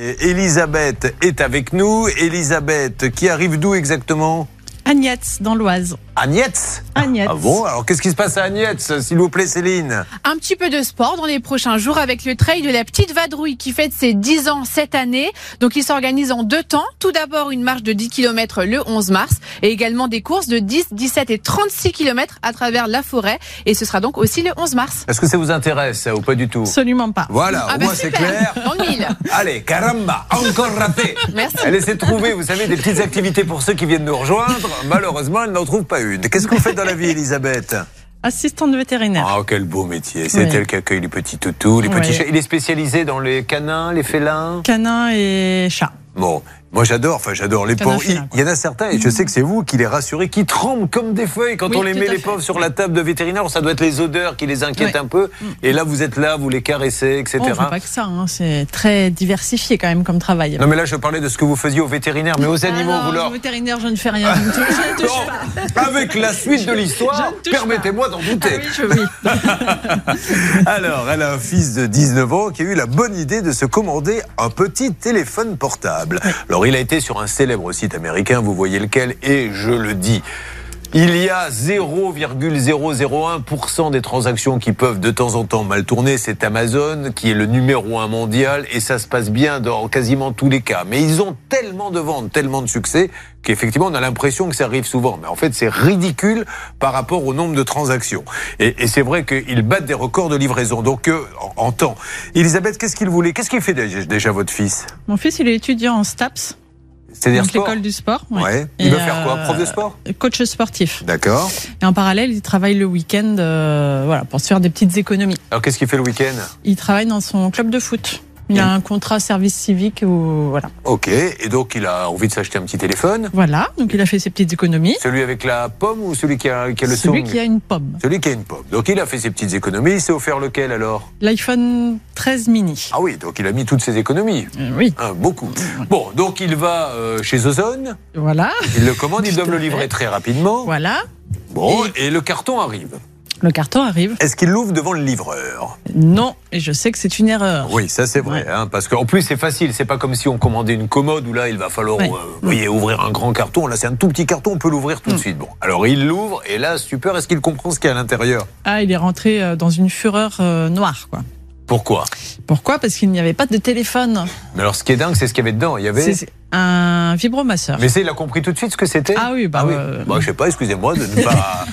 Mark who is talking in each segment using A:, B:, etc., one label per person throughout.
A: Elisabeth est avec nous. Elisabeth, qui arrive d'où exactement
B: Agnès, dans l'Oise.
A: Agnès
B: Agnès.
A: Ah bon Alors qu'est-ce qui se passe à Agnès, s'il vous plaît Céline
C: Un petit peu de sport dans les prochains jours avec le trail de la petite vadrouille qui fête ses 10 ans cette année. Donc il s'organise en deux temps. Tout d'abord une marche de 10 km le 11 mars et également des courses de 10, 17 et 36 km à travers la forêt. Et ce sera donc aussi le 11 mars.
A: Est-ce que ça vous intéresse ça, ou pas du tout
B: Absolument pas.
A: Voilà,
C: Ah
A: au
C: bah
A: moins c'est
C: super,
A: clair.
C: dans le mille.
A: Allez, caramba, encore raté
C: Merci.
A: Elle essaie de trouver, vous savez, des petites activités pour ceux qui viennent nous rejoindre. Malheureusement, elle n'en trouve pas une. Qu'est-ce que vous faites dans la vie, Elisabeth
B: Assistante vétérinaire.
A: Ah, quel beau métier. C'est
B: Oui.
A: elle qui accueille les petits toutous, les
B: Ouais.
A: petits chats. Il est spécialisé dans les canins, les félins
B: Canin et chat.
A: Bon, moi j'adore, enfin j'adore les
B: Canard
A: pauvres. Il
B: félin, quoi.
A: il y en a certains, et je sais que c'est vous qui les rassurez, qui tremblent comme des feuilles quand
C: Oui,
A: on les
C: tout
A: met
C: à
A: les
C: fait.
A: pauvres sur la table de vétérinaire. Ça doit être les odeurs qui les inquiètent
B: Ouais. Mm.
A: un peu. Et là, vous êtes là, vous les caressez, etc.
B: Oh, on fait pas que ça, hein, c'est très diversifié quand même comme travail.
A: non mais là je parlais de ce que vous faisiez aux vétérinaires, mais aux animaux,
B: Alors,
A: vous leur...
B: vétérinaire, Ah je ne fais rien du tout. Je ne touche
A: Non,
B: pas.
A: avec la suite de l'histoire,
B: je ne touche
A: permettez-moi d'en
B: Ah
A: douter.
B: oui, je- oui.
A: Alors, elle a un fils de 19 ans qui a eu la bonne idée de se commander un petit téléphone portable. Alors, il a été sur un célèbre site américain, vous voyez lequel, et je le dis. Il y a 0,001% des transactions qui peuvent de temps en temps mal tourner. C'est Amazon qui est le numéro un mondial et ça se passe bien dans quasiment tous les cas. Mais ils ont tellement de ventes, tellement de succès qu'effectivement on a l'impression que ça arrive souvent. Mais en fait c'est ridicule par rapport au nombre de transactions. Et, et c'est vrai qu'ils battent des records de livraison. Donc euh, en, en temps. Elisabeth, qu'est-ce qu'il voulait Qu'est-ce qu'il fait déjà, déjà, votre fils
B: Mon fils, il est étudiant en STAPS,
A: C'est-à-dire
B: donc
A: sport
B: l'école du sport. ouais.
A: Ouais. Il
B: Et,
A: veut faire quoi
B: euh,
A: Prof de sport
B: Coach sportif.
A: D'accord.
B: Et en parallèle, il travaille le week-end euh, voilà, pour se faire des petites économies.
A: Alors qu'est-ce qu'il fait le week-end
B: Il travaille dans son club de foot. Il
A: Mm.
B: a un contrat service civique où, voilà.
A: Ok, et donc il a envie de s'acheter un petit téléphone.
B: Voilà, donc il a fait ses petites économies.
A: Celui avec la pomme ou celui qui a, qui a le
B: Celui
A: song
B: qui a une pomme.
A: Celui qui a une pomme. Donc il a fait ses petites économies, il s'est offert lequel alors
B: L'iPhone 13 mini.
A: Ah oui, donc il a mis toutes ses économies.
B: Euh, oui,
A: Hein, beaucoup. Bon, donc il va euh, chez Ozone,
B: voilà,
A: il le commande, il
B: Tout
A: doit me le
B: à fait.
A: livrer très rapidement.
B: voilà.
A: Bon, et le carton arrive.
B: Le carton arrive.
A: Est-ce qu'il l'ouvre devant le livreur
B: Non, et je sais que c'est une erreur.
A: Oui, ça c'est vrai,
B: Ouais.
A: hein, parce qu'en plus c'est facile, c'est pas comme si on commandait une commode où là il va falloir
B: Ouais.
A: euh, vous voyez, ouvrir un grand carton, là c'est un tout petit carton, on peut l'ouvrir tout de suite. Bon, alors il l'ouvre et là super, est-ce qu'il comprend ce qu'il y a à l'intérieur
B: Ah, il est rentré euh, dans une fureur euh, noire, quoi.
A: Pourquoi
B: Pourquoi Parce qu'il n'y avait pas de téléphone.
A: Mais alors ce qui est dingue c'est ce qu'il y avait dedans, il y avait...
B: C'est un vibromasseur.
A: Mais c'est, il a compris tout de suite ce que c'était
B: Ah oui, bah, euh,
A: Bah, je sais pas, excusez-moi de ne pas,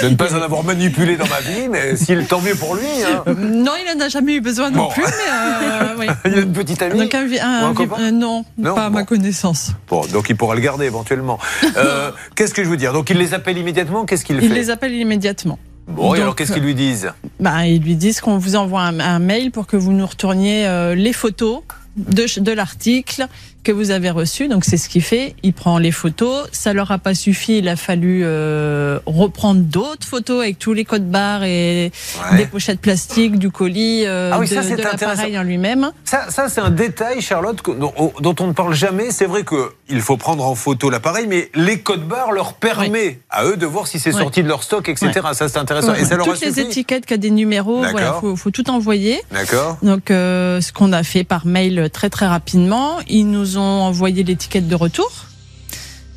A: de ne pas en avoir manipulé dans ma vie, mais s'il tant mieux pour lui. hein.
B: Euh, Non, il n'en a jamais eu besoin non
A: Bon.
B: plus, mais euh, oui.
A: Il a une petite amie.
B: Donc un vi- un
A: Ah Ou un
B: vi-
A: copain
B: euh, non,
A: Non,
B: pas à ma
A: bon.
B: connaissance.
A: Bon, donc il pourra le garder éventuellement. Euh, qu'est-ce que je veux dire Donc il les appelle immédiatement, qu'est-ce qu'il
B: Il
A: fait
B: les appelle immédiatement.
A: Bon, et alors
B: Donc, euh,
A: qu'est-ce qu'ils lui disent
B: Bah, ils lui disent qu'on vous envoie un, un mail pour que vous nous retourniez euh, les photos de, ch- de l'article que vous avez reçu. Donc c'est ce qu'il fait. Il prend les photos. Ça leur a pas suffi. Il a fallu euh, reprendre d'autres photos avec tous les codes barres et
A: Ouais.
B: des pochettes plastiques, du colis, euh,
A: Ah oui,
B: de,
A: ça, c'est
B: de l'appareil
A: intéressant.
B: en lui-même.
A: Ça, ça, c'est un détail, Charlotte, que- dont, on- dont on ne parle jamais. C'est vrai qu'il faut prendre en photo l'appareil, mais les codes barres leur permet à eux de voir si c'est
B: Oui.
A: sorti de leur stock, etc. Ça, c'est intéressant. Et ça leur a
B: Toutes les
A: suffi
B: étiquettes qui a des numéros,
A: D'accord.
B: voilà, faut, faut tout envoyer.
A: D'accord.
B: Donc, euh, ce qu'on a fait par mail très très rapidement, ils nous ont envoyé l'étiquette de retour.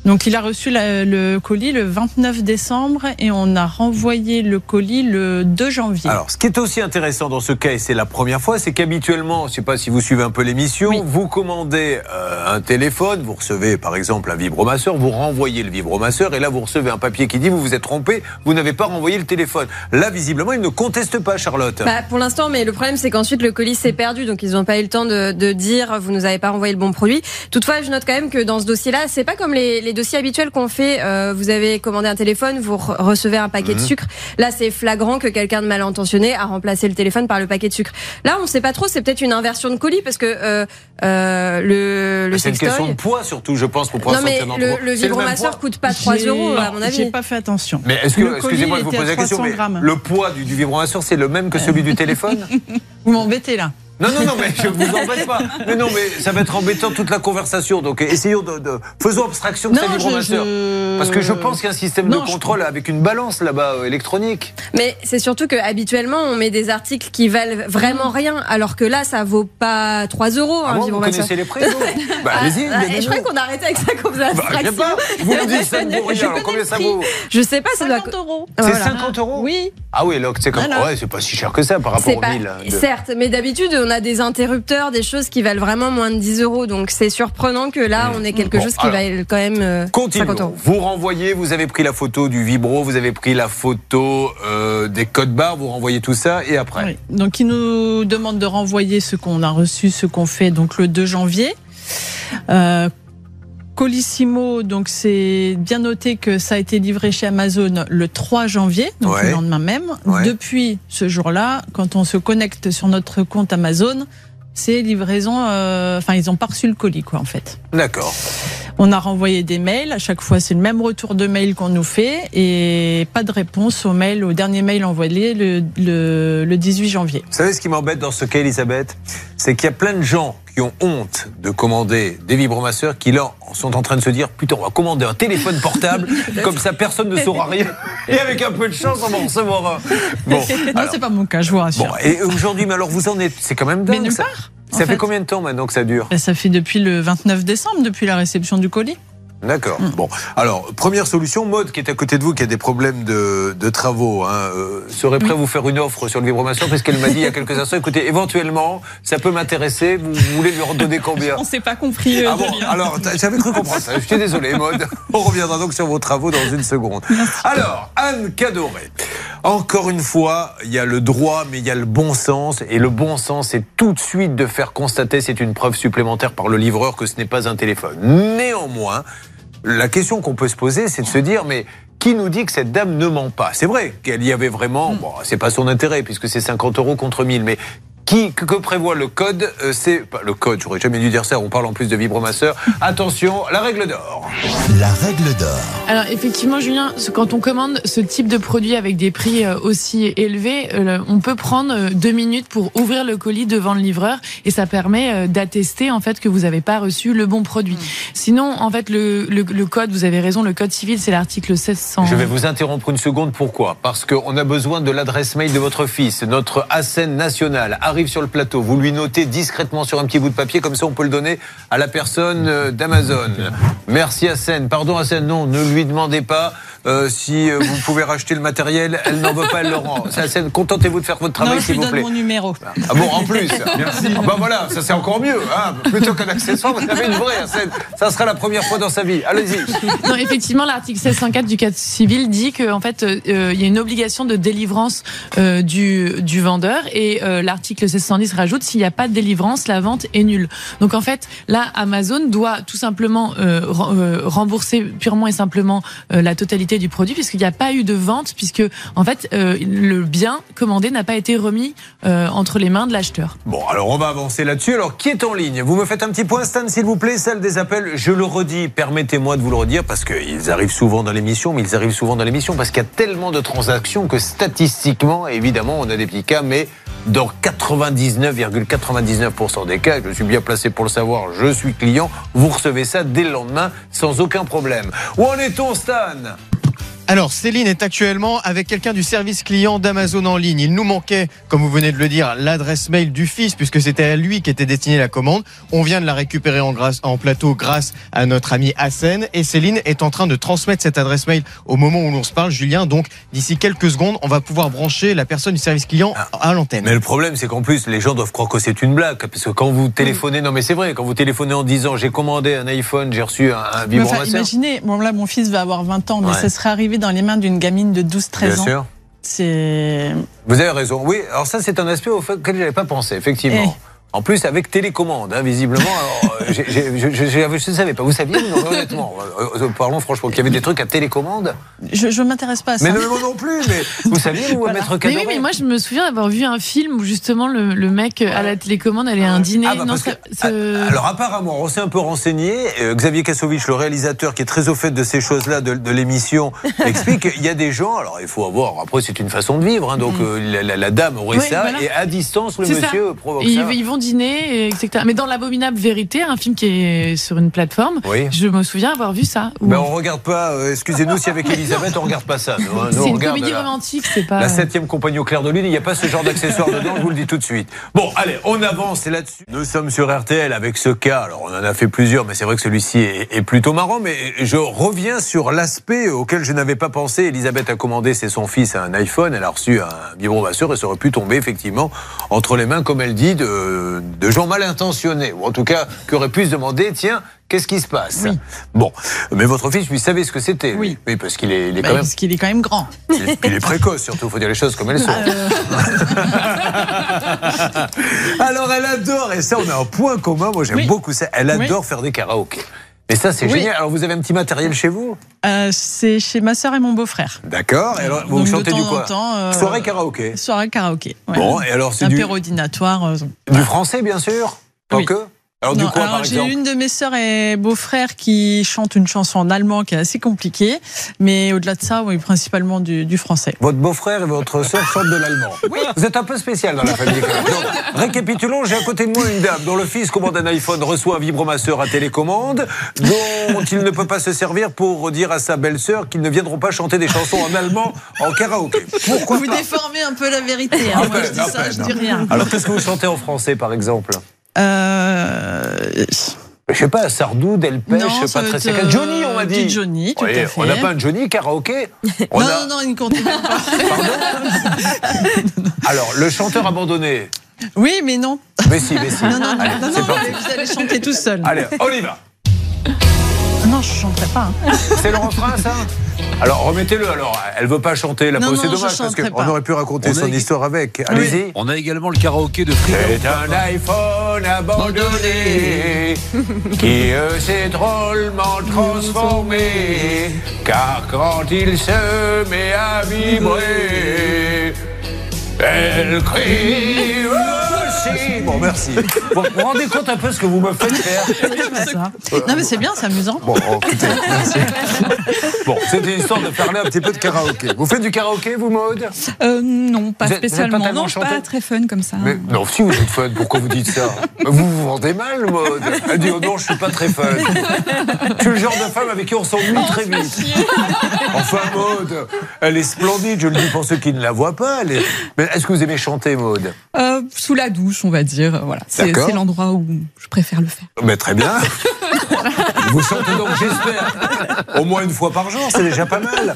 B: Donc, il a reçu la- le colis le 29 décembre et on a renvoyé le colis le 2 janvier.
A: Alors, ce qui est aussi intéressant dans ce cas, et c'est la première fois, c'est qu'habituellement, je ne sais pas si vous suivez un peu l'émission,
B: Oui.
A: vous commandez euh, un téléphone, vous recevez par exemple un vibromasseur, vous renvoyez le vibromasseur, et là vous recevez un papier qui dit vous vous êtes trompé, vous n'avez pas renvoyé le téléphone. Là, visiblement, il ne conteste pas, Charlotte.
D: Bah, pour l'instant, mais le problème, c'est qu'ensuite, le colis s'est perdu. Donc, ils n'ont pas eu le temps de, de dire, vous nous avez pas envoyé le bon produit. Toutefois, je note quand même que dans ce dossier-là, c'est pas comme les, les dossiers habituels qu'on fait. euh, vous avez commandé un téléphone, vous re- recevez un paquet de
A: Mhm.
D: sucre. Là, c'est flagrant que quelqu'un de mal intentionné a remplacé le téléphone par le paquet de sucre. Là, on ne sait pas trop. C'est peut-être une inversion de colis parce que euh, euh, le, le
A: Ah, c'est une
D: sextoy.
A: question de poids surtout, je pense, pour pouvoir
D: Non, mais
A: sortir dans
D: le, le
A: C'est même
D: vibromasseur
A: poids.
D: coûte pas 3
B: J'ai-
D: euros, à mon
B: J'ai
D: avis.
B: pas fait attention.
A: Mais est-ce que,
B: Le colis,
A: excusez-moi,
B: il
A: je vous
B: était
A: pose
B: à
A: la question,
B: 300
A: mais
B: grammes.
A: le poids du, du vibromasseur, c'est le même que celui du téléphone
B: Vous m'embêtez là.
A: Non, non, non, mais je vous embête pas. Mais non, mais ça va être embêtant toute la conversation. Donc essayons de. de- faisons abstraction de
B: Non,
A: ces vibromasseurs.
B: je-
A: Parce que je pense qu'il y a un système
B: Non,
A: de
B: je-
A: contrôle avec une balance là-bas euh, électronique.
D: Mais c'est surtout que habituellement on met des articles qui valent vraiment rien, alors que là ça vaut pas 3 euros hein,
A: Ah
D: un
A: bon, vous
D: vibromasseur.
A: connaissez les prix vous Bah,
D: Ah,
A: allez-y.
D: ah, et bah, je
A: donnez-nous.
D: croyais qu'on arrêtait avec ça comme faisait
A: Bah, je sais
D: abstraction.
A: pas. Vous me dites ça ne vaut
D: Je
A: rien. Alors
D: connais
A: combien
D: le
A: ça
D: prix.
A: vaut
D: Je sais pas, Ah, ça doit.
B: 50 euros.
A: C'est
D: Voilà.
A: 50 euros
B: Oui,
A: Ah oui, alors c'est comme.
B: Voilà.
A: Ouais, c'est pas si cher que ça par rapport
D: C'est
A: aux
D: pas,
A: 1000. hein, de-
D: certes, mais d'habitude on a des interrupteurs, des choses qui valent vraiment moins de 10 euros, donc c'est surprenant que là on ait quelque
A: Mmh. Bon,
D: chose qui
A: alors,
D: valent quand même euh, 50
A: Continuons.
D: euros.
A: Vous renvoyez, vous avez pris la photo du vibro, vous avez pris la photo euh, des codes barres, vous renvoyez tout ça et après.
B: Oui. Donc, il nous demande de renvoyer ce qu'on a reçu, ce qu'on fait donc le 2 janvier. Euh, Colissimo, donc c'est bien noté que ça a été livré chez Amazon le 3 janvier, donc
A: Ouais.
B: le lendemain même.
A: Ouais.
B: Depuis ce jour-là, quand on se connecte sur notre compte Amazon, c'est livraison. euh, Enfin, ils ont pas reçu le colis, quoi, en fait.
A: D'accord.
B: On a renvoyé des mails. À chaque fois, c'est le même retour de mail qu'on nous fait et pas de réponse au mail, au dernier mail envoyé le, le, le 18 janvier.
A: Vous savez ce qui m'embête dans ce cas, Elisabeth C'est qu'il y a plein de gens qui ont honte de commander des vibromasseurs qui là sont en train de se dire putain on va commander un téléphone portable comme ça personne ne saura rien et avec un peu de chance on va en recevoir un. Bon,
B: non,
A: alors,
B: c'est pas mon cas, je vous rassure.
A: bon et aujourd'hui mais alors vous en êtes c'est quand même
B: Mais
A: dingue
B: nulle
A: ça.
B: part. en
A: Ça fait
B: fait.
A: combien de temps maintenant que ça dure
B: Ben, ça fait depuis le 29 décembre, depuis la réception du colis.
A: D'accord. Bon, alors première solution, Maude qui est à côté de vous, qui a des problèmes de, de travaux, hein, euh, serait prêt à vous faire une offre sur le vibromasseur parce qu'elle m'a dit il y a quelques instants, écoutez, éventuellement, ça peut m'intéresser. Vous, vous voulez lui redonner combien
B: On s'est pas compris. euh,
A: ah bon,
B: Denis, hein.
A: alors t'as- j'avais cru comprendre ça. Je suis désolé, Maude. On reviendra donc sur vos travaux dans une seconde. Alors, Anne Cadoré. Encore une fois, il y a le droit, mais il y a le bon sens. Et le bon sens, c'est tout de suite de faire constater, c'est une preuve supplémentaire par le livreur que ce n'est pas un téléphone. Néanmoins, la question qu'on peut se poser, c'est de se dire, mais qui nous dit que cette dame ne ment pas C'est vrai qu'elle y avait vraiment, bon, c'est pas son intérêt puisque c'est 50 euros contre 1000, mais qui, que, que prévoit le code Euh, C'est pas le code, j'aurais jamais dû dire ça, on parle en plus de vibromasseur. Attention, la règle d'or.
E: La règle d'or.
F: Alors effectivement, Julien, ce- quand on commande ce type de produit avec des prix euh, aussi élevés, euh, on peut prendre euh, deux minutes pour ouvrir le colis devant le livreur et ça permet euh, d'attester en fait que vous n'avez pas reçu le bon produit. Sinon, en fait, le, le- le code, vous avez raison, le code civil, c'est l'article
B: Oh.
F: 1600.
A: Je vais vous interrompre une seconde, pourquoi Parce qu'on a besoin de l'adresse mail de votre fils. Notre ASN national arrive sur le plateau, vous lui notez discrètement sur un petit bout de papier, comme ça on peut le donner à la personne euh, d'Amazon. Merci ASN, pardon ASN, non, ne lui demandez pas euh, si euh, vous pouvez racheter le matériel, elle n'en veut pas, elle le rend. C'est ASN, contentez-vous de faire votre
B: Non,
A: travail
B: je
A: Ah s'il
B: lui
A: vous
B: donne
A: plaît.
B: mon numéro.
A: Ah bon, en plus Merci. Bah voilà, ça c'est encore mieux. hein. Plutôt qu'un accessoire, vous avez une vraie ASN. Ça sera la première fois dans sa vie. Allez-y.
F: Non, effectivement, l'article 1604 du Code civil dit que en fait, euh, euh, il y a une obligation de délivrance euh, du, du vendeur et euh, l'article 1610 rajoute s'il n'y a pas de délivrance, la vente est nulle. Donc en fait, là, Amazon doit tout simplement euh, re- euh, rembourser purement et simplement euh, la totalité du produit puisqu'il n'y a pas eu de vente puisque en fait, euh, le bien commandé n'a pas été remis euh, entre les mains de l'acheteur.
A: Bon, alors on va avancer là-dessus. Alors, qui est en ligne Vous me faites un petit point, Stan, s'il vous plaît, celle des appels. Je le redis, permettez-moi de vous le redire, parce qu'ils arrivent souvent dans l'émission, mais ils arrivent souvent dans l'émission parce qu'il y a tellement de transactions que statistiquement, évidemment, on a des petits cas, mais dans 99,99% des cas, je suis bien placé pour le savoir, je suis client, vous recevez ça dès le lendemain sans aucun problème. Où en est-on, Stan
G: Alors, Céline est actuellement avec quelqu'un du service client d'Amazon en ligne. Il nous manquait, comme vous venez de le dire, l'adresse mail du fils, puisque c'était à lui qui était destinée la commande. On vient de la récupérer en, grâce- en plateau grâce à notre ami Hassen. Et Céline est en train de transmettre cette adresse mail au moment où l'on se parle, Julien. Donc, d'ici quelques secondes, on va pouvoir brancher la personne du service client à l'antenne.
A: Mais le problème, c'est qu'en plus, les gens doivent croire que c'est une blague. Parce que quand
B: Mm.
A: vous téléphonez, non mais c'est vrai, quand vous téléphonez en disant j'ai commandé un iPhone, j'ai reçu un, un
B: Mais enfin,
A: vibromasseur.
B: imaginez, bon là, mon fils va avoir 20 ans, mais
A: Ouais.
B: ça serait arrivé dans les mains d'une gamine de 12-13
A: Bien
B: ans.
A: sûr.
B: C'est
A: Vous avez raison. Oui, alors ça, c'est un aspect auquel je n'avais pas pensé, effectivement.
B: Eh.
A: En plus, avec télécommande, hein, visiblement. Alors, euh, j'ai- j'ai- je- je- j'avais- je ne savais pas. Vous saviez, vous, non, honnêtement euh, euh, Parlons franchement, qu'il y avait des trucs à télécommande
B: Je ne m'intéresse pas à ça.
A: Mais non, moi non plus, mais vous saviez, vous,
B: Voilà.
A: Maître
F: Mais oui,
A: Cadoré
F: mais moi je me souviens d'avoir vu un film où justement le, le mec à la télécommande allait à un dîner.
A: Ah, bah,
F: Non,
A: parce
F: ça-
A: que-
F: ça-
A: Ah, Alors apparemment, on s'est un peu renseigné. Euh, Xavier Kassovitch, le réalisateur qui est très au fait de ces choses-là de, de l'émission, explique qu'il y a des gens. Alors il faut avoir. Après, c'est une façon de vivre. hein, donc euh, la, la- la dame aurait
F: Mm. Oui,
A: ça
F: voilà.
A: et à distance, le
F: C'est ça.
A: monsieur provoque
F: Et
A: ça.
F: ils, ils vont dîner, et etc. Mais dans l'abominable vérité, un film qui est sur une plateforme,
A: Oui.
F: je me souviens avoir vu ça. où
A: Ben on regarde pas. euh, Excusez-nous si avec Elisabeth on regarde pas ça. Nous, hein. Nous,
F: c'est
A: on
F: une
A: regarde
F: comédie
A: la-
F: romantique, c'est
B: hein.
F: pas.
A: La septième compagnie au clair de lune, il n'y a pas ce genre d'accessoire dedans, je vous le dis tout de suite. Bon, allez, on avance là-dessus. Nous sommes sur RTL avec ce cas. Alors, on en a fait plusieurs, mais c'est vrai que celui-ci est, est plutôt marrant. Mais je reviens sur l'aspect auquel je n'avais pas pensé. Elisabeth a commandé, c'est son fils, un iPhone. Elle a reçu un biberon vasseur et ça aurait pu tomber, effectivement, entre les mains, comme elle dit, de, de gens mal intentionnés. Ou en tout cas, qui auraient pu se demander, tiens, qu'est-ce qui se passe Bon, mais votre fils, lui, savait ce que c'était. lui.
B: Oui.
A: Oui, parce qu'il est, il est
B: Bah,
A: quand même
B: Parce qu'il est quand même grand.
A: il est, il est précoce, surtout, faut dire les choses comme elles sont. Alors, elle adore, et ça, on a un point commun, moi j'aime
B: Oui.
A: beaucoup ça, elle adore faire des karaokés. Et ça, c'est
B: Oui.
A: génial. Alors, vous avez un petit matériel chez vous
B: Euh, c'est chez ma sœur et mon beau-frère.
A: D'accord. Et alors, vous
B: Donc, de
A: chantez du
B: temps en
A: quoi
B: temps, euh,
A: Soirée karaoké.
B: Soirée karaoké. ouais.
A: Bon, et alors, c'est du,
B: Apéro dînatoire. euh,
A: du français, bien sûr Pas
B: Oui.
A: que Alors, du
B: Non,
A: Oh, quoi,
B: alors,
A: par
B: j'ai
A: exemple
B: une de mes sœurs et beaux-frères qui chante une chanson en allemand qui est assez compliquée, mais au-delà de ça, oui, principalement du, du français.
A: Votre beau-frère et votre sœur chantent de l'allemand. Vous êtes un peu spécial dans la famille. quand même. Donc, récapitulons, j'ai à côté de moi une dame dont le fils commande un iPhone, reçoit un vibromasseur à télécommande, dont il ne peut pas se servir pour dire à sa belle-sœur qu'ils ne viendront pas chanter des chansons en allemand en karaoké. Pourquoi
B: Vous
A: pas
B: déformez un peu la vérité.
A: À
B: hein. Moi, je
A: peine,
B: dis
A: à
B: ça, je
A: peine.
B: dis rien.
A: Alors, qu'est-ce que vous chantez en français, par exemple
B: Euh,
A: Je sais pas, Sardou, Delpech,
B: non, ça va
A: Patrice
B: être,
A: Seca- Johnny, on m'a
B: euh,
A: dit.
B: du Johnny, tout
A: Oui,
B: à fait.
A: on n'a pas un Johnny karaoké. On
B: non,
A: a-
B: non, non, il ne compte pas.
A: Alors, le chanteur abandonné.
B: Oui, mais non.
A: Mais si, mais si.
B: Non, non, non,
A: Allez,
B: non,
A: c'est
B: non,
A: parti.
B: vous allez chanter tout seul.
A: Allez, on y va.
B: Non, je ne chanterai pas. hein.
A: C'est le refrain, ça Alors remettez-le. Alors, elle veut pas chanter. La
B: Non,
A: pauvre, c'est
B: non, je
A: dommage parce
B: chanterai
A: qu'on
B: pas.
A: aurait pu raconter
H: On
A: son
H: est-
A: histoire avec. Allez-y.
H: On a également le karaoké de Frida.
A: C'est un iPhone abandonné qui euh, s'est drôlement transformé car quand il se met à vibrer, elle crie aussi. Bon, merci. Bon, vous vous rendez compte un peu ce que vous me faites faire
B: Ça.
A: Euh,
B: Non, mais c'est bien, c'est amusant.
A: Bon, oh, écoutez, merci. Bon, c'était histoire de parler un petit peu de karaoké. Vous faites du karaoké, vous, Maude
I: Euh, non, pas
A: Vous êtes- vous êtes pas
I: spécialement.
A: tellement
I: non, je suis
A: chanteuse
I: pas très fun comme ça.
A: Mais non, si vous êtes fun, pourquoi vous dites ça Vous vous rendez mal, Maude Elle dit, oh non, je suis pas très fun. Je suis le genre de femme avec qui on s'ennuie très vite. Enfin, Maude, elle est splendide, je le dis pour ceux qui ne la voient pas. elle est- Mais est-ce que vous aimez chanter, Maude
I: Euh, sous la douche, on va dire. euh, Voilà, c'est
A: D'accord.
I: c'est l'endroit où je préfère le faire.
A: Mais très bien. Vous chantez donc, j'espère, au moins une fois par jour, c'est déjà pas mal.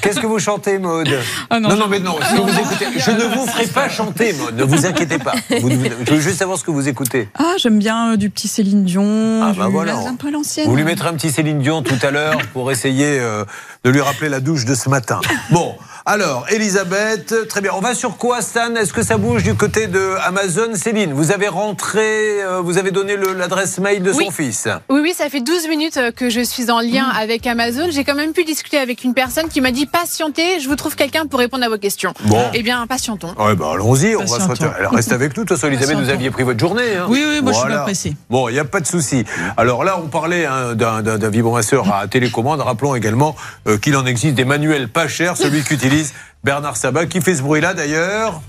A: Qu'est-ce que vous chantez, Maude
I: Ah non,
A: non,
I: je-
A: mais non, ce que vous écoutez, je ne vous ferai pas chanter, Maude, ne vous inquiétez pas. Vous- vous- je veux juste savoir ce que vous écoutez.
I: Ah, j'aime bien euh, du petit Céline Dion.
A: Ah, bah
I: du-
A: voilà.
I: la- Un peu à l'ancienne.
A: Vous lui mettrez un petit Céline Dion tout à l'heure pour essayer euh, de lui rappeler la douche de ce matin. Bon, alors, Elisabeth, très bien. On va sur quoi, Stan Est-ce que ça bouge du côté de Amazon Céline, vous avez rentré, euh, vous avez donné le- l'adresse mail de son
C: Oui.
A: fils.
C: Oui, oui, ça fait 12 minutes euh, que je suis en lien
A: Mm.
C: avec Amazon. J'ai quand même pu discuter avec une personne qui m'a dit patientez, je vous trouve quelqu'un pour répondre à vos questions.
A: Bon.
C: Eh bien, patientons.
A: Ouais, bah, allons-y, on va se
B: Patientons.
A: retirer. Alors, reste avec nous. De toute façon, Elisabeth, vous
B: Patientons.
A: aviez pris votre journée. hein.
B: Oui, oui, moi, je suis
A: Voilà.
B: pas pressée.
A: Bon, il n'y a pas de souci. Alors là, on parlait hein, d'un d'un- d'un vibromasseur à télécommande. Rappelons également euh, qu'il en existe des manuels pas chers. Celui qu'utilise Bernard Sabat, qui fait ce bruit-là d'ailleurs.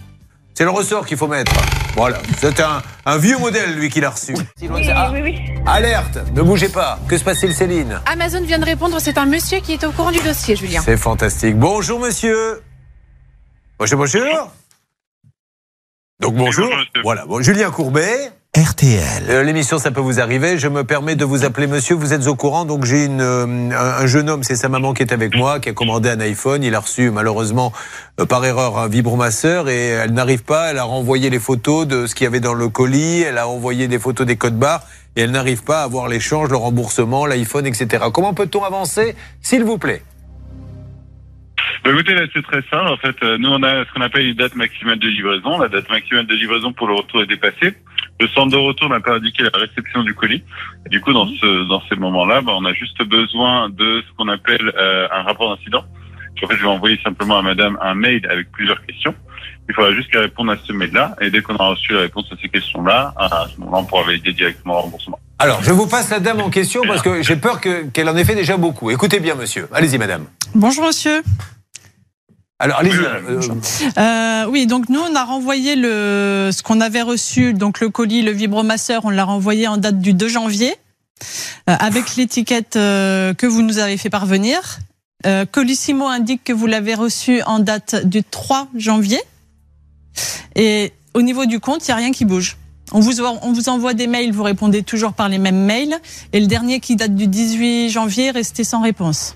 A: C'est le ressort qu'il faut mettre. Voilà, c'est un, un vieux modèle, lui, qu'il a reçu. Ah, Alerte, ne bougez pas. Que se passe-t-il, Céline
C: Amazon vient de répondre, c'est un monsieur qui est au courant du dossier, Julien.
A: C'est fantastique. Bonjour, monsieur. Bonjour, bonjour. Donc, bonjour. voilà, bon, Julien Courbet.
E: RTL.
A: Euh, L'émission, ça peut vous arriver. Je me permets de vous appeler monsieur. Vous êtes au courant. Donc, j'ai une, euh, un, un jeune homme, c'est sa maman qui est avec moi, qui a commandé un iPhone. Il a reçu, malheureusement, euh, par erreur, un vibromasseur et elle n'arrive pas. Elle a renvoyé les photos de ce qu'il y avait dans le colis. Elle a envoyé des photos des codes barres et elle n'arrive pas à voir l'échange, le remboursement, l'iPhone, etc. Comment peut-on avancer, s'il vous plaît
J: Bah, écoutez, là, c'est très simple. En fait, euh, nous, on a ce qu'on appelle une date maximale de livraison. La date maximale de livraison pour le retour est dépassée. Le centre de retour n'a pas indiqué la réception du colis. Et du coup, dans, ce, dans ces moments-là, bah, on a juste besoin de ce qu'on appelle euh, un rapport d'incident. En fait, je vais envoyer simplement à madame un mail avec plusieurs questions. Il faudra juste qu'elle réponde à ce mail-là. Et dès qu'on aura reçu la réponse à ces questions-là, à ce moment-là, on pourra valider directement le remboursement.
A: Alors, je vous passe la dame en question parce que j'ai peur que- qu'elle en ait fait déjà beaucoup. Écoutez bien, monsieur. Allez-y, madame.
B: Bonjour monsieur.
A: Alors, allez-y.
J: Oui,
A: euh,
B: Euh, oui, donc nous on a renvoyé le ce qu'on avait reçu, donc le colis, le vibromasseur, on l'a renvoyé en date du 2 janvier euh, avec l'étiquette euh, que vous nous avez fait parvenir. Euh, Colissimo indique que vous l'avez reçu en date du 3 janvier. Et au niveau du compte, il n'y a rien qui bouge. On vous, on vous envoie des mails, vous répondez toujours par les mêmes mails. Et le dernier qui date du 18 janvier est resté sans réponse.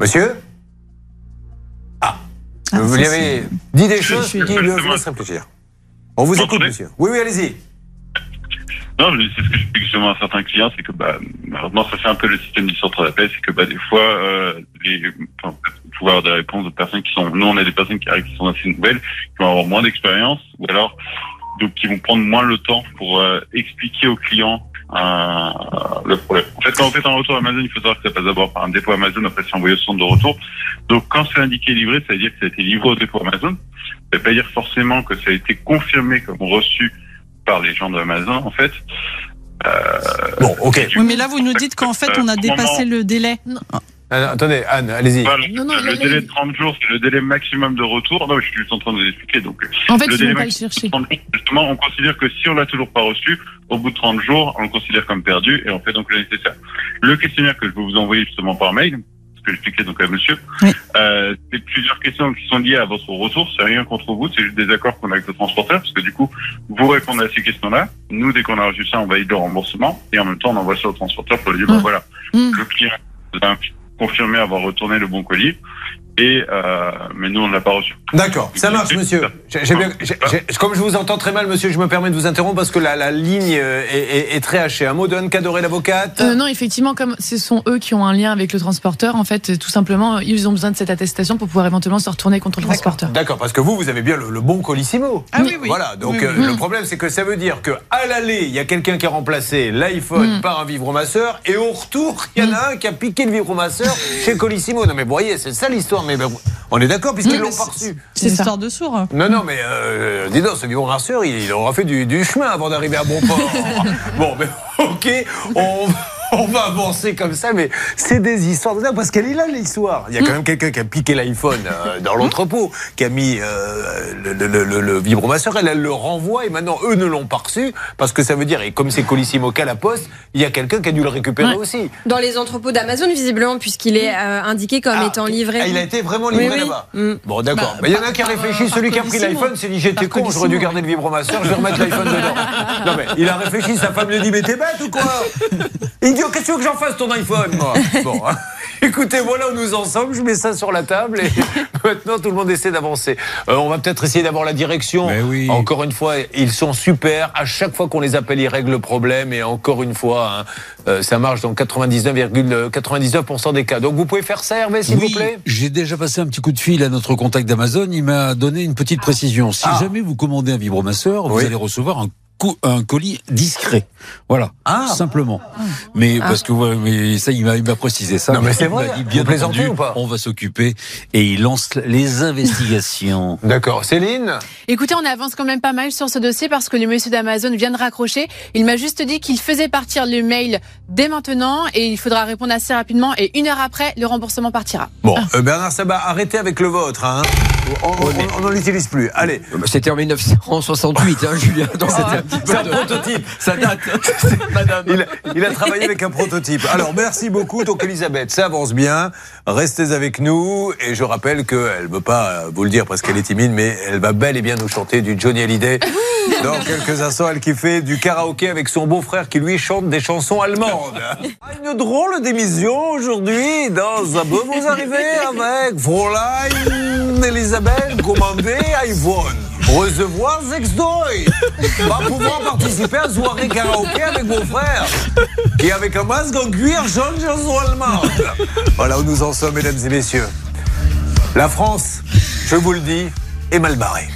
A: monsieur Ah,
B: Ah,
A: vous
B: ça,
A: lui
B: c'est-
A: avez dit des choses qui
B: suis-
A: le font réfléchir. On vous
J: Vous
A: écoute,
J: m'entendez
A: monsieur. Oui, oui, allez-y.
J: Non, mais c'est ce que j'explique justement à certains clients, c'est que bah, maintenant ça fait un peu le système du centre d'appel, c'est que bah, des fois, euh, les, enfin, vous pouvez avoir des réponses de personnes qui sont... Nous, on a des personnes qui arrivent qui sont assez nouvelles, qui vont avoir moins d'expérience, ou alors donc qui vont prendre moins le temps pour euh, expliquer aux clients euh, le problème. En fait, quand vous faites un retour Amazon, il faut savoir que ça passe d'abord par un dépôt Amazon, après c'est envoyé au centre de retour. Donc quand c'est indiqué livré, ça veut dire que ça a été livré au dépôt Amazon. Ça veut pas dire forcément que ça a été confirmé comme reçu par les gens d'Amazon, en fait.
A: Bon, ok.
B: Oui, mais là vous nous dites qu'en fait on a dépassé le délai.
A: Alors, Euh, attendez, Anne, allez-y.
J: Voilà,
F: Non, non,
J: le
F: il y a-
J: délai de 30 jours, c'est le délai maximum de retour. Non, je suis juste en train de vous expliquer. Donc,
F: En fait,
J: Le
F: ils vont
J: délai
F: pas le chercher.
J: 30 jours, justement, on considère que si on l'a toujours pas reçu, au bout de 30 jours, on le considère comme perdu et on fait donc le nécessaire. Le questionnaire que je vais vous envoyer justement par mail, ce que j'expliquais donc à monsieur,
B: Oui.
J: euh, c'est plusieurs questions qui sont liées à votre retour. C'est rien contre vous, c'est juste des accords qu'on a avec le transporteur parce que du coup, vous répondez à ces questions-là. Nous, dès qu'on a reçu ça, on valide le remboursement et en même temps, on envoie ça au transporteur pour lui dire,
F: Mm.
J: bah, voilà,
F: Mm.
J: le client a confirmé avoir retourné le bon colis et euh, mais nous, on ne l'a pas reçu.
A: D'accord, ça marche, monsieur. J'ai- j'ai bien- j'ai- j'ai- comme je vous entends très mal, monsieur, je me permets de vous interrompre parce que la, la ligne euh, est, est- est très hachée. Un mot de Anne Cadoré, l'avocate
F: Euh, non, effectivement, comme ce sont eux qui ont un lien avec le transporteur, en fait, tout simplement, ils ont besoin de cette attestation pour pouvoir éventuellement se retourner contre le transporteur.
A: D'accord, parce que vous, vous avez bien le, le bon colissimo.
B: Ah oui, oui.
A: Voilà, donc
B: Oui, Mm. oui.
A: euh, le problème, c'est que ça veut dire que à l'aller, il y a quelqu'un qui a remplacé
B: Mm.
A: l'iPhone par un vibromasseur, et au retour, il y en a un qui a piqué le vibromasseur chez Colissimo. Non mais vous voyez, c'est ça l'histoire, mais ben, on est d'accord, puisqu'ils l'ont pas reçu.
B: C'est une histoire de sourd.
A: Non, non, mais euh, dis donc, ce vibromasseur, il, il aura fait du, du chemin avant d'arriver à bon port. bon, mais ok, on... On va avancer comme ça, mais c'est des histoires de dingue, parce qu'elle est là l'histoire. Il y a quand même quelqu'un qui a piqué l'iPhone euh, dans l'entrepôt, qui a mis euh, le, le- le- le- le vibromasseur, elle, elle le renvoie et maintenant eux ne l'ont pas reçu parce que ça veut dire et comme c'est Colissimo qu'à la poste, il y a quelqu'un qui a dû le récupérer
F: Ouais.
A: aussi.
D: Dans les entrepôts d'Amazon, visiblement, puisqu'il est euh, indiqué comme
A: Mmh. Ah,
D: étant livré.
A: Ah, il a été vraiment livré
D: Oui, oui.
A: là-bas.
D: Mm.
A: Bon, d'accord.
B: Bah,
A: Mais il y en a un qui a
B: par-
A: réfléchi.
B: par
A: Celui qui a pris
B: Colissimo.
A: l'iPhone s'est dit J'étais
B: Par
A: con, j'aurais dû
B: Colissimo.
A: garder le vibromasseur, je vais remettre l'iPhone dedans. Non, mais il a réfléchi. Sa femme lui a dit Mais t'es bête ou quoi Il dit Oh, Qu'est-ce que tu veux que j'en fasse ton iPhone, moi Bon, hein. écoutez, voilà où nous en sommes. Je mets ça sur la table et maintenant tout le monde essaie d'avancer. Euh, on va peut-être essayer d'avoir la direction.
H: Mais oui.
A: Encore une fois, ils sont super. À chaque fois qu'on les appelle, ils règlent le problème. Et encore une fois, hein, euh, ça marche dans euh, 99,99% des cas. Donc vous pouvez faire ça, Hervé, s'il
H: Oui,
A: vous plaît
H: J'ai déjà passé un petit coup de fil à notre contact d'Amazon. Il m'a donné une petite précision. Si
A: Ah.
H: jamais vous commandez un vibromasseur,
A: Oui.
H: vous allez recevoir un co- un colis discret. Voilà,
A: Ah.
H: simplement. Mais
F: Ah.
H: parce que ouais, mais ça, il m'a il m'a précisé ça.
A: Non, mais c'est
H: Il m'a
A: vrai.
H: dit,
A: Vous
H: bien
A: plaisantez
H: entendu,
A: ou pas
H: On va s'occuper et il lance les investigations.
A: D'accord. Céline
C: Écoutez, on avance quand même pas mal sur ce dossier parce que le monsieur d'Amazon vient de raccrocher. Il m'a juste dit qu'il faisait partir le mail dès maintenant et il faudra répondre assez rapidement et une heure après, le remboursement partira.
A: Bon, euh, Bernard Sabat, arrêtez avec le vôtre. hein. On n'en utilise plus. Allez, Ah.
K: C'était en 1968, hein, Julien. Donc c'était un petit peu
A: c'est un
K: de-
A: prototype.
K: Ça date, madame.
A: Il a, il a travaillé avec un prototype. Alors, merci beaucoup. Donc, Elisabeth, ça avance bien. Restez avec nous. Et je rappelle qu'elle ne veut pas euh, vous le dire parce qu'elle est timide, mais elle va bel et bien nous chanter du Johnny Hallyday. Dans quelques instants, elle qui fait du karaoké avec son beau-frère qui lui chante des chansons allemandes. Ah, Une drôle d'émission aujourd'hui dans un peu vous arrivez avec Fräulein Elisabeth commandée à Yvonne. Recevoir sextoy Pas pouvoir participer à une soirée karaoké avec mon frère qui avec un masque en cuir jaune chanson allemande. Voilà où nous en sommes, mesdames et messieurs. La France, je vous le dis, est mal barrée.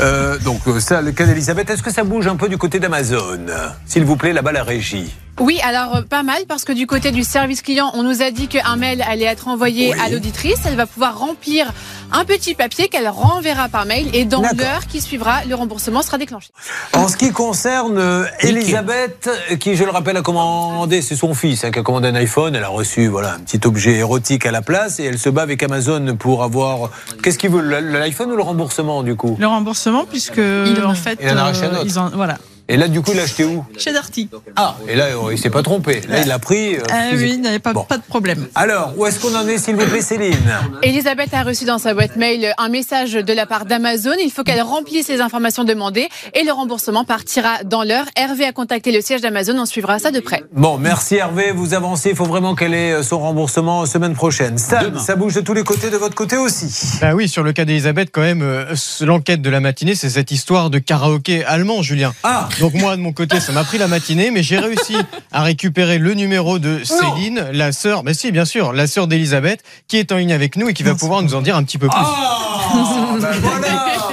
A: Euh, donc euh, ça, le cas d'Elisabeth, est-ce que ça bouge un peu du côté d'Amazon S'il vous plaît, là-bas la régie.
C: Oui, alors euh, pas mal parce que du côté du service client, on nous a dit qu'un mail allait être envoyé à l'auditrice. Elle va pouvoir remplir un petit papier qu'elle renverra par mail et dans l'heure qui suivra, le remboursement sera déclenché.
A: En ce qui concerne euh, Elisabeth, qui je le rappelle a commandé, c'est son fils hein, qui a commandé un iPhone, elle a reçu voilà, un petit objet érotique à la place et elle se bat avec Amazon pour avoir... Qu'est-ce qu'il veut, le- le- l'iPhone ou le remboursement du coup
B: Le remboursement, puisque en fait, euh,
A: Il en a racheté un autre.
B: ils en- voilà.
A: Et là du coup il l'a acheté où
B: Chez Darty.
A: Ah, et là euh, il s'est pas trompé, là il l'a pris... euh,
B: Ah oui,
A: physique.
B: il n'y avait pas, pas de problème.
A: Alors, où est-ce qu'on en est s'il vous plaît Céline
C: Elisabeth a reçu dans sa boîte mail un message de la part d'Amazon. Il faut qu'elle remplisse les informations demandées et le remboursement partira dans l'heure. Hervé a contacté le siège d'Amazon, on suivra ça de près.
A: Bon, merci Hervé, vous avancez, il faut vraiment qu'elle ait euh, son remboursement semaine prochaine. Sam, ça bouge de tous les côtés, de votre côté aussi.
G: Bah oui, sur le cas d'Elisabeth, quand même, euh, ce- l'enquête de la matinée, c'est cette histoire de karaoké allemand, Julien.
A: Ah
G: Donc moi, de mon côté, ça m'a pris la matinée, mais j'ai réussi à récupérer le numéro de Céline, la sœur, mais si, bien sûr, la sœur d'Elisabeth, qui est en ligne avec nous et qui va pouvoir nous en dire un petit peu plus.
A: Ah, ben voilà.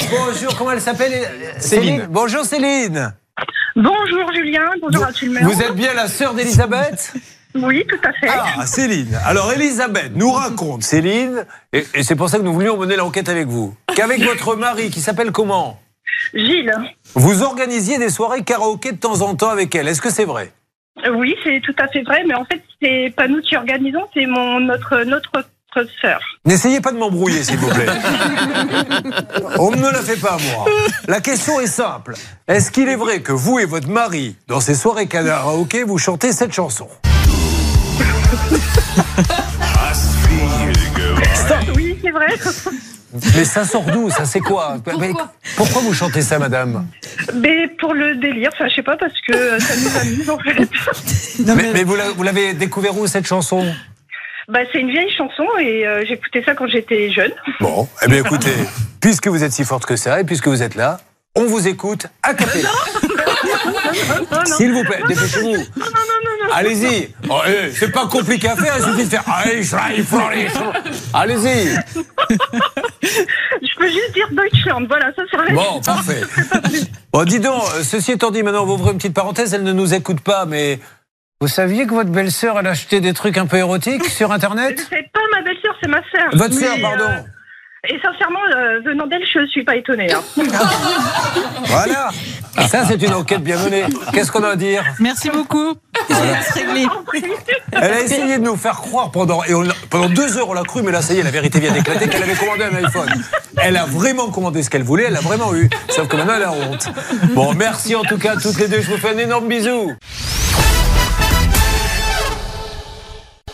A: Bonjour, comment elle s'appelle euh,
G: Céline.
A: Bonjour Céline.
L: Bonjour Julien, bonjour à tout le monde.
A: Vous êtes bien la sœur d'Elisabeth
L: Oui, tout à fait.
A: Ah, Céline. Alors Elisabeth nous raconte, Céline, et, et c'est pour ça que nous voulions mener l'enquête avec vous, qu'avec votre mari, qui s'appelle comment
L: Gilles,
A: Vous organisiez des soirées karaoké de temps en temps avec elle. Est-ce que c'est vrai
L: euh, oui, c'est tout à fait vrai, mais en fait, c'est pas nous qui organisons, c'est mon notre notre notre sœur.
A: N'essayez pas de m'embrouiller, s'il vous plaît. On ne me la fait pas, moi. La question est simple. Est-ce qu'il est vrai que vous et votre mari, dans ces soirées karaoké, vous chantez cette chanson Stop.
L: Oui, c'est vrai.
A: Mais ça sort d'où Ça, c'est quoi Mais Pourquoi vous chantez ça, madame
L: Mais pour le délire, enfin, je sais pas parce que euh, ça nous amuse en fait.
A: mais, mais vous la- vous l'avez découvert où, cette chanson
L: Bah, c'est une vieille chanson et euh, j'écoutais ça quand j'étais jeune.
A: Bon, eh bien, écoutez, puisque vous êtes si forte que ça, et puisque vous êtes là, on vous écoute à capella. S'il vous plaît, dépêchez-vous.
L: Non, non, non, non, non.
A: Allez-y. Oh, eh, c'est pas compliqué à faire, il suffit de faire. Allez, je vais, il faut aller, je vais. Allez-y.
L: Je peux juste dire Deutschland, voilà, ça sert à
A: Bon,
L: rien.
A: parfait. Bon, dis donc, euh, ceci étant dit, maintenant, on va ouvrir une petite parenthèse, elle ne nous écoute pas, mais vous saviez que votre belle-sœur, elle acheté des trucs un peu érotiques sur Internet
L: C'est pas ma belle-sœur, c'est ma sœur.
A: Votre sœur,
L: Mais,
A: pardon.
L: euh, et sincèrement, euh, venant d'elle, je suis pas étonnée. hein.
A: Voilà. Ça, c'est une enquête bien menée. Qu'est-ce qu'on a à dire
B: Merci beaucoup. C'est réglé.
A: Elle a essayé de nous faire croire pendant, et on l'a- pendant deux heures, on l'a cru, mais là, ça y est, la vérité vient d'éclater qu'elle avait commandé un iPhone. Elle a vraiment commandé ce qu'elle voulait, elle l'a vraiment eu. Sauf que maintenant, elle a honte. Bon, merci en tout cas à toutes les deux. Je vous fais un énorme bisou.